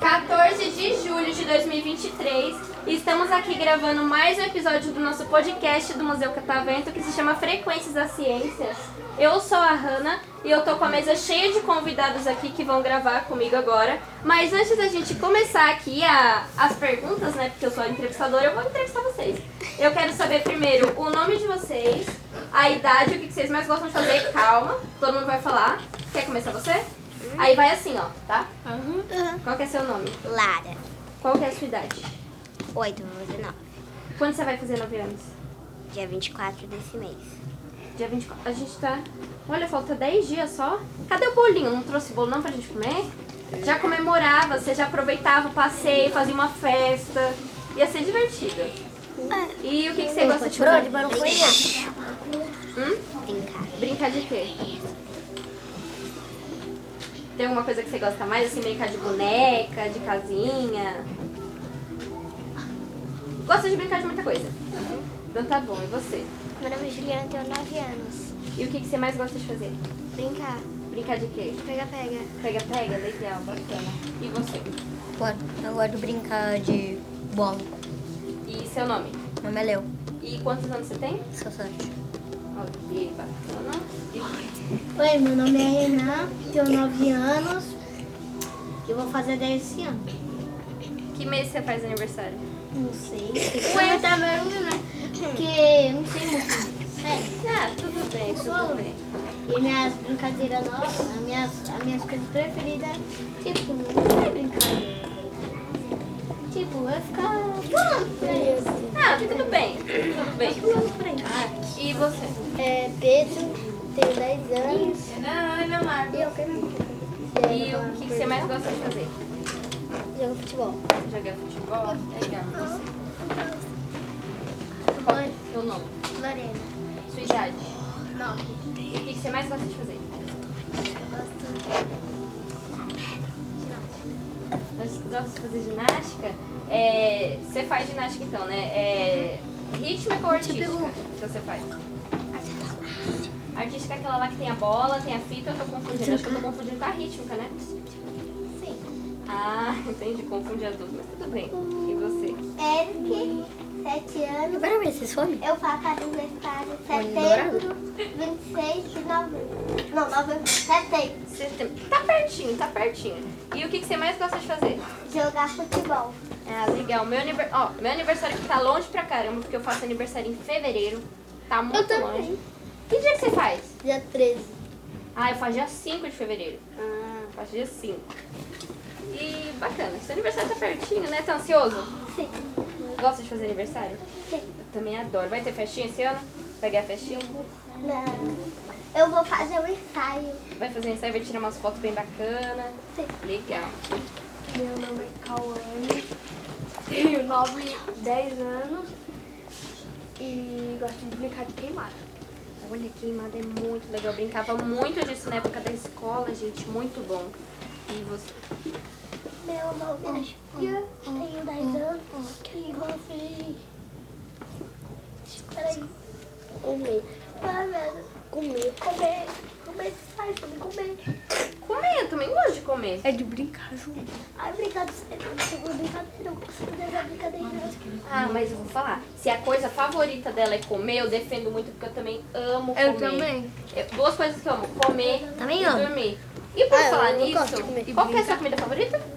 14 de julho de 2023 e estamos aqui gravando mais um episódio do nosso podcast do Museu Catavento que se chama Frequências da Ciência. Eu sou a Hanna e eu tô com a mesa cheia de convidados aqui que vão gravar comigo agora. Mas antes da gente começar aqui a- as perguntas, né? Porque eu sou a entrevistadora, eu vou entrevistar vocês. Eu quero saber primeiro o nome de vocês, a idade, o que que vocês mais gostam de fazer. Calma, todo mundo vai falar. Quer começar você? Aí vai assim, ó, tá? Qual que é seu nome? Lara, Qual que é a sua idade? 8, vou fazer 9. Quando você vai fazer 9 anos? Dia 24 desse mês. Dia 24. A gente tá. Olha, falta 10 dias só. Cadê o bolinho? Não trouxe bolo não pra gente comer? Já comemorava, você já aproveitava o passeio, fazia uma festa. Ia ser divertido. É. E o que, que você gosta de fazer? Hum? Brincar. Brincar de quê? Tem alguma coisa que você gosta mais? Assim, brincar de boneca, de casinha? Gosta de brincar de muita coisa. Então tá bom, e você? Meu nome é Juliana, tenho 9 anos. E o que, que você mais gosta de fazer? Brincar. Brincar de quê? Pega, pega. Pega, pega, legal, bacana. E você? Eu gosto de brincar de bola. E seu nome? Meu nome é Leo. E quantos anos você tem? Sou Ok, bacana. E Oi, meu nome é Renan, tenho 9 anos. Eu vou fazer 10 esse ano. que mês você faz aniversário? Não sei. Ué, eu tava né? Porque não sei muito. Sério. Ah, tudo bem, tudo bem. E minhas brincadeiras novas, as minhas, as minhas coisas preferidas, tipo, não é brincadeira. Tipo, é ficar pulando por aí. assim. Ah, tudo bem, tudo bem. Ah, Pulando por aí. E você? É Pedro, tenho 10 anos. Ana Marta. E eu quero E o que que é você mais gosta de fazer? Jogo futebol. Jogar futebol? Legal. Qual é Oi, o seu nome? Lorena. Sua idade? Não. E o que que você mais gosta de fazer? Você gosta de fazer ginástica? É, você faz ginástica então, né? É, rítmica ou artística que você faz? Artística é aquela lá que tem a bola, tem a fita, eu tô confundindo. Acho que eu tô confundindo com a rítmica, né? Sim. Ah, entendi, confundi as duas, mas tudo bem. E você? Eric, 7 anos. Para ver, vocês fomem? Eu faço é aniversário em setembro, 26 de novembro. Não, novembro, setembro. Você tem- tá pertinho, tá pertinho. E o que, que você mais gosta de fazer? Jogar futebol. Ah, legal. Meu, aniver... Ó, meu aniversário que tá longe pra caramba, porque eu faço aniversário em fevereiro. Tá muito Eu também. longe. Que dia que você faz? Dia 13. Ah, eu faço dia 5 de fevereiro. Ah, faço dia 5. E bacana, seu aniversário tá pertinho, né? Tá ansioso? Sim. Gosta de fazer aniversário? Sim. Eu também adoro. Vai ter festinha esse ano? Vai ganhar festinha? um Não. Eu vou fazer um ensaio. Vai fazer um ensaio, vai tirar umas fotos bem bacanas. Sim. Legal. Meu nome é Cauane. Tenho 9, 10 anos. E gosto de brincar de queimada. Olha, queimada é muito legal. Eu brincava muito disso na época da escola, gente. Muito bom. E você? Meu nome é Júlia, tenho 10 anos e você. Peraí. Comer. Comer. Comer. Comer. Sai, comer, comer. Comer, eu também gosto de comer. É de brincar junto. Ai, obrigado, você não chegou brincadeira. Eu consigo fazer a brincadeira. Ah, mas eu vou falar. Se a coisa favorita dela é comer, eu defendo muito porque eu também amo comer. Eu também. É, duas coisas que eu amo, comer Também e amo. dormir. E por Ah, eu falar não gosto de nisso, comer. qual que é a sua comida favorita?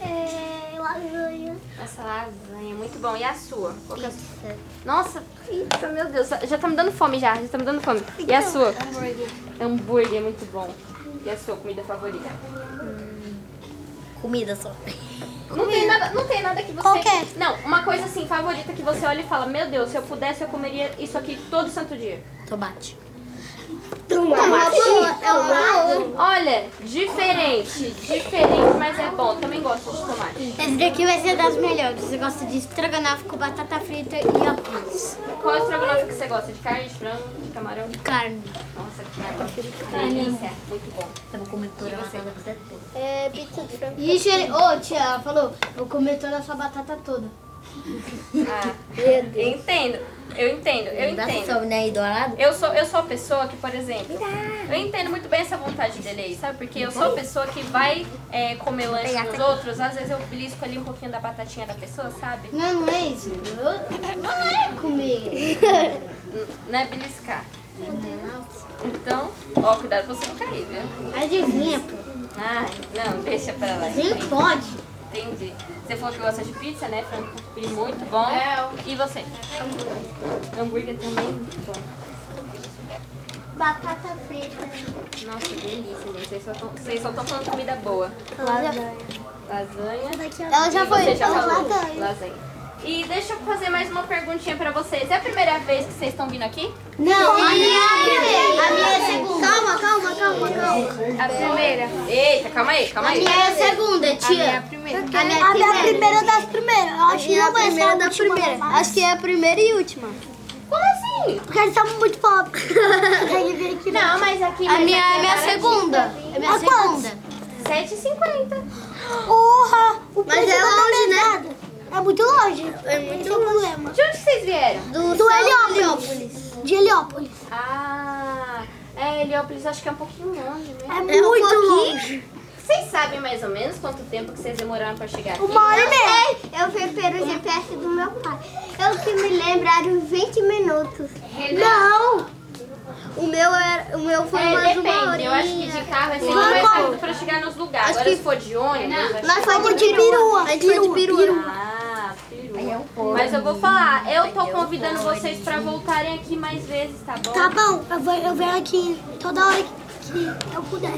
É. Lasanha. Nossa, lasanha, é muito bom. E a sua? Qual que é a sua? Nossa, pizza, meu Deus, já tá me dando fome já, já tá me dando fome. E a sua? Hambúrguer. Hambúrguer, é muito bom. E a sua comida favorita? Comida só. Não tem, nada, não tem nada que você. Qualquer. Não, uma coisa assim, favorita que você olha e fala: Meu Deus, se eu pudesse, eu comeria isso aqui todo santo dia. Tomate. Tomate. é Tomate. Olha, diferente, diferente, mas é bom. Também gosto de tomate. Esse daqui vai ser das melhores. Eu gosto de estrogonofe com batata frita e arroz. Qual é estrogonofe que você gosta? De carne, de frango, de camarão? Carne. Nossa, que carne. Delícia, muito bom. Eu vou comer toda a batata frita toda. É, pizza de frango. Ixi, ele... Ô, tia, ela falou, vou comer toda a sua batata toda. Ah, eu entendo, eu entendo, eu Dá entendo. fome, né, idolado? Eu sou, eu sou a pessoa que, por exemplo, eu entendo muito bem essa vontade dele aí, sabe? Porque eu sou a pessoa que vai é, comer lanche dos outros, às vezes eu belisco ali um pouquinho da batatinha da pessoa, sabe? Não, não é isso. Eu- Não é comer. N- Não é beliscar. Então, ó, cuidado pra você não cair, viu? Adivinha, pô. Ai, não, deixa pra lá. Nem pode. Entendi. Você falou que gosta de pizza, né? Frango com cupim, muito bom. E você? É. Hambúrguer. Hambúrguer também, é muito bom. Batata frita. Nossa, que delícia, gente. Vocês só tão- Vocês só estão falando comida boa. Lasanha. Ela já foi. Você já Ela falou. já foi. Lasanha. E deixa eu fazer mais uma perguntinha pra vocês. É a primeira vez que vocês estão vindo aqui? Não, a minha é a primeira. A minha é a segunda. Calma, calma, calma, calma. A primeira. Eita, calma aí, calma A aí. minha é a segunda, tia. A minha é a primeira. A minha é a primeira, das primeiras. acho que não vai ser a da primeira. Acho que é a primeira e última. Como assim? Porque eles são muito pobres. Não, mas aqui... A minha é a minha segunda. É a minha segunda. é 7,50. Porra! Mas é longe, né? É muito longe. É muito longe. De onde vocês vieram? Do, Heliópolis. De Heliópolis. Ah... É, Heliópolis acho que é um pouquinho longe, né? É muito longe. Vocês sabem mais ou menos quanto tempo que vocês demoraram pra chegar aqui? hora e meia. Eu fui pelo GPS do meu pai. Eu que me lembraram 20 minutos. Não! O meu, era, o meu foi É, mais uma hora. depende. Eu acho que de carro é sempre mais rápido pra chegar nos lugares. Agora se for de ônibus... acho é Nós fomos de perua. Foi É de perua. Ah, peru. Mas eu vou falar, eu tô convidando vocês pra voltarem aqui mais vezes, tá bom? Tá bom, eu, vou, eu venho aqui toda hora que, que eu puder.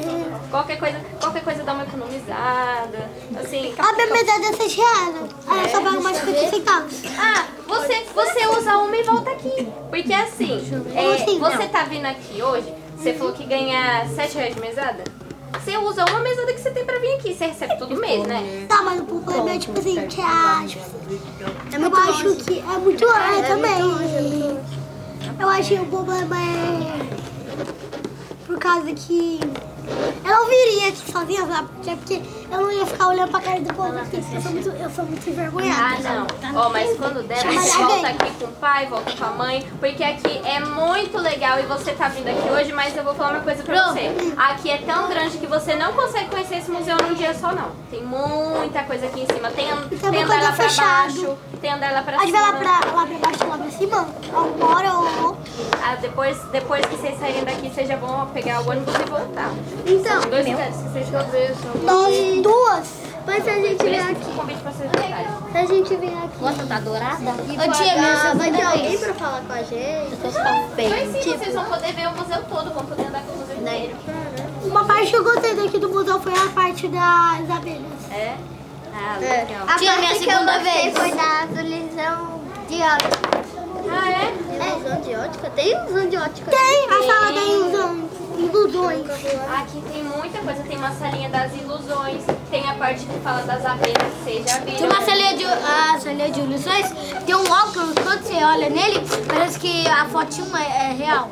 Qualquer coisa, qualquer coisa dá uma economizada. Assim, A minha medalha é 6 reais. Aí É, eu só pago mais 50 centavos. ah, você, você usa uma e volta aqui. Porque assim, é, você tá vindo aqui hoje, você falou que ganha 7 reais de mesada? Você usa uma mesada que você tem pra vir aqui. Você recebe todo mês, né? Tá, mas o problema é tipo assim, que a... É muito eu acho que é muito longe também. Eu acho que o problema é por causa que eu não viria aqui sozinha, sabe? Porque- É porque eu não ia ficar olhando pra cara do povo assim, porque eu sou muito, eu sou muito Ah, envergonhada. não. Ó, mas quando der, Mas você alguém- volta aqui com o pai, volta com a mãe, porque aqui é muito legal e você tá vindo aqui hoje, mas eu vou falar uma coisa pra você. Aqui é tão grande que você não consegue conhecer esse museu num dia só, não. Tem muita coisa aqui em cima. Tem, an- E tem também andar quando lá é pra fechado. baixo, tem andar lá pra A gente vai cima. lá pra, lá pra baixo, lá pra cima, uma hora ou... Ah, depois, depois que vocês saírem daqui, seja bom pegar o ônibus e voltar. Então, São dois lugares que vocês vão ver. são- nós duas. Mas se a gente Por isso que eu convite pra vocês voltarem. se a gente vier aqui... Nossa, tá dourada? Ô tia, meu, você vai ter alguém pra falar com a gente? Eu sou Então, feia. assim, tipo- vocês vão poder ver o museu todo, vão poder andar com o Né? museu inteiro. Uma parte que eu gostei daqui do museu foi a parte das abelhas. É? Ah, legal. A Tia, minha segunda vez. foi da ilusão de ótica. Ah, é? Ilusão de ótica? Tem ilusão de ótica? Tem, um a sala da ilusão. Ilusões. Aqui tem muita coisa, tem uma salinha das ilusões, tem a parte que fala das abelhas que vocês já viram. Tem uma salinha de, a salinha de ilusões, tem um óculos, quando você olha nele, parece que a fotinho é, é real.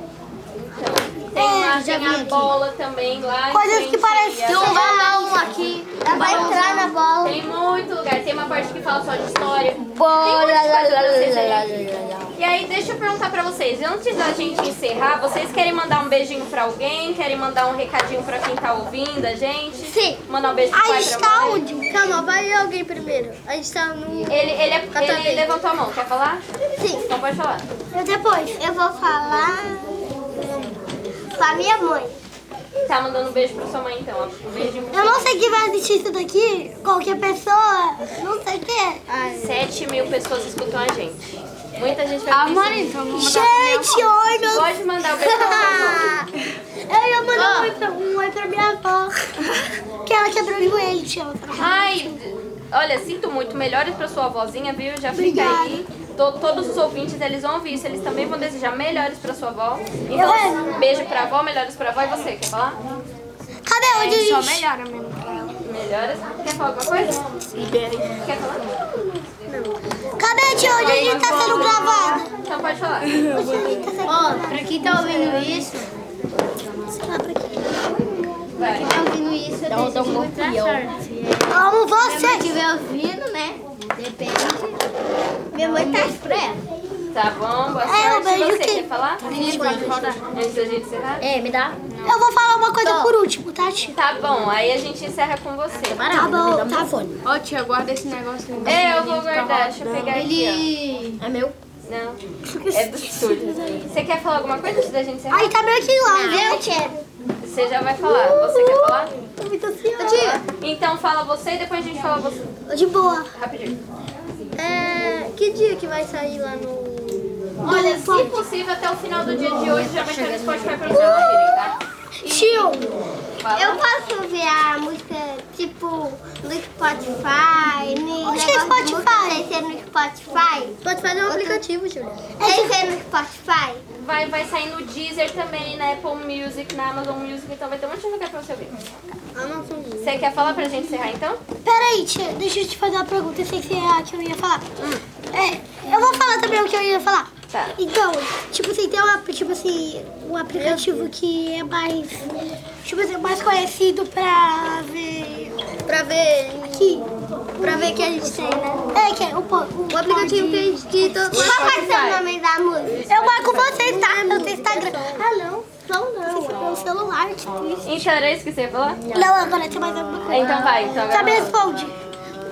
Tem, uma, tem já vi a aqui. bola também lá. em Coisas que frente. parecem- Tem um balão aqui. Ela vai entrar na bola. Tem muito lugar, tem uma parte que fala só de história. Boa, tem muita lá, coisa lá, pra vocês lá, lá, verem. lá, lá, lá. E aí, deixa eu perguntar pra vocês, antes da gente encerrar, vocês querem mandar um beijinho pra alguém? Querem mandar um recadinho pra quem tá ouvindo a gente? Sim. Mandar um beijo pro A pai, gente pra tá mãe? onde? Calma, vai alguém primeiro. A gente tá no... Ele, ele, é- ele, também. ele levantou a mão, quer falar? Sim. Então pode falar. Eu depois. Eu vou falar... Pra minha mãe. Tá mandando um beijo pra sua mãe então. ó. Um beijinho pra Eu não sei quem vai assistir isso daqui. Qualquer pessoa. Não sei quem é. 7 mil pessoas escutam a gente. Muita então, gente vai conhecer. Gente, oi, meu Pode mandar o beijo pra sua avó. Eu ia mandar um, oi pra, um oi pra minha avó. que ela quebrou o joelho, tia. Ai, d- olha, sinto muito. Melhores pra sua avózinha, viu? Já fica aí. to- todos os ouvintes, eles vão ouvir isso. Eles também vão desejar melhores pra sua avó. Então, beijo pra avó, melhores pra avó. E você, quer falar? Cadê onde a Só gente... melhora mesmo pra ela. Melhores. Quer falar alguma coisa? Quer falar? Cadê onde a gente tá sendo gravada? Então pode falar. Onde a gente tá sendo Ó, pra quem tá ouvindo isso, pra quem Vai. tá ouvindo isso, Então, eu desejo muita sorte. Amo Se eu vocês. estiver ouvindo, né? Depende. Minha mãe tá estranha. Tá bom, boa É, eu sorte. vejo Você que- quer falar? Antes da gente encerrar? É, me dá. Eu vou falar uma coisa por último, tá, tia? Tá bom, aí a gente encerra com você. Tá bom, tá bom. Ó, tia, guarda esse negócio aí. É, eu vou guardar, deixa eu pegar aqui. Ele. É meu? ó. Não, é do estúdio. Você quer falar alguma coisa antes da gente encerrar? Aí tá meio que lá, viu? Eu quero. Você já vai falar. Você quer falar? Tô muito ansiosa. Então fala você e depois a gente fala você. De boa. Rapidinho. É, que dia que vai sair lá no... Olha, se possível, até o final do dia de hoje já vai estar no Spotify pra vocês ouvirem, tá? Tio, Fala. posso ver a música, tipo, no Spotify? Onde que é Spotify? Sem ser no Spotify? Spotify é um aplicativo, Júlia. Sem ser no Spotify? Vai, vai sair no Deezer também, na Apple Music, na Amazon Music, então vai ter um monte de lugar pra você ouvir. Ah, Você quer falar pra gente encerrar então? Peraí, tia, deixa eu te fazer uma pergunta, eu sei que é a que eu ia falar. É, eu vou falar também o que eu ia falar. Tá. Então, tipo assim, tem um, app- tipo assim, um aplicativo que é mais, tipo assim, mais conhecido pra ver... Pra ver... Aqui. Pra ver que a gente tem, né? É, que é o, o, o aplicativo que a gente tem... então, Qual vai ser o nome da música? Eu marco vocês, tá? No seu Instagram. Ah, não. Não, não. Você pelo celular, tipo isso. Então era isso que você ia falar? Não, agora tem mais alguma coisa. Então vai, então agora Sabe, vai. responde.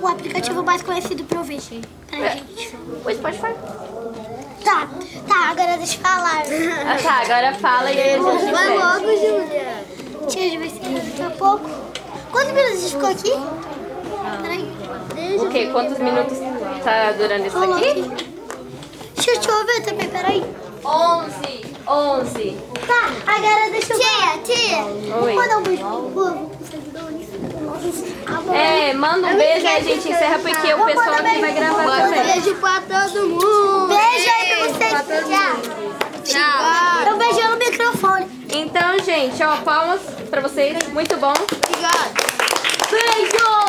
O aplicativo mais conhecido pra eu ver. Pra É. gente. O Spotify. Tá, tá, agora deixa eu falar. Ah, tá, agora fala e aí a gente encerra. Júlia. Tia, a gente vai seguir daqui a pouco. Quantos minutos a gente ficou aqui? Peraí. O quê? Quantos minutos tá durando isso Rolou aqui? aqui. Deixa eu deixa eu ver também, peraí. 11, 11. Tá, agora deixa eu Tia, tia. Oi. Vou dar um beijo pro povo, pros seguidores. Nossa, É, manda um beijo e a gente encerra porque o pessoal aqui vai gravar também. Beijo pra todo mundo. Beijo aí pra vocês. Tchau. Eu beijei no microfone. Então, gente, ó, palmas pra vocês. Muito bom. Obrigado. Beijo.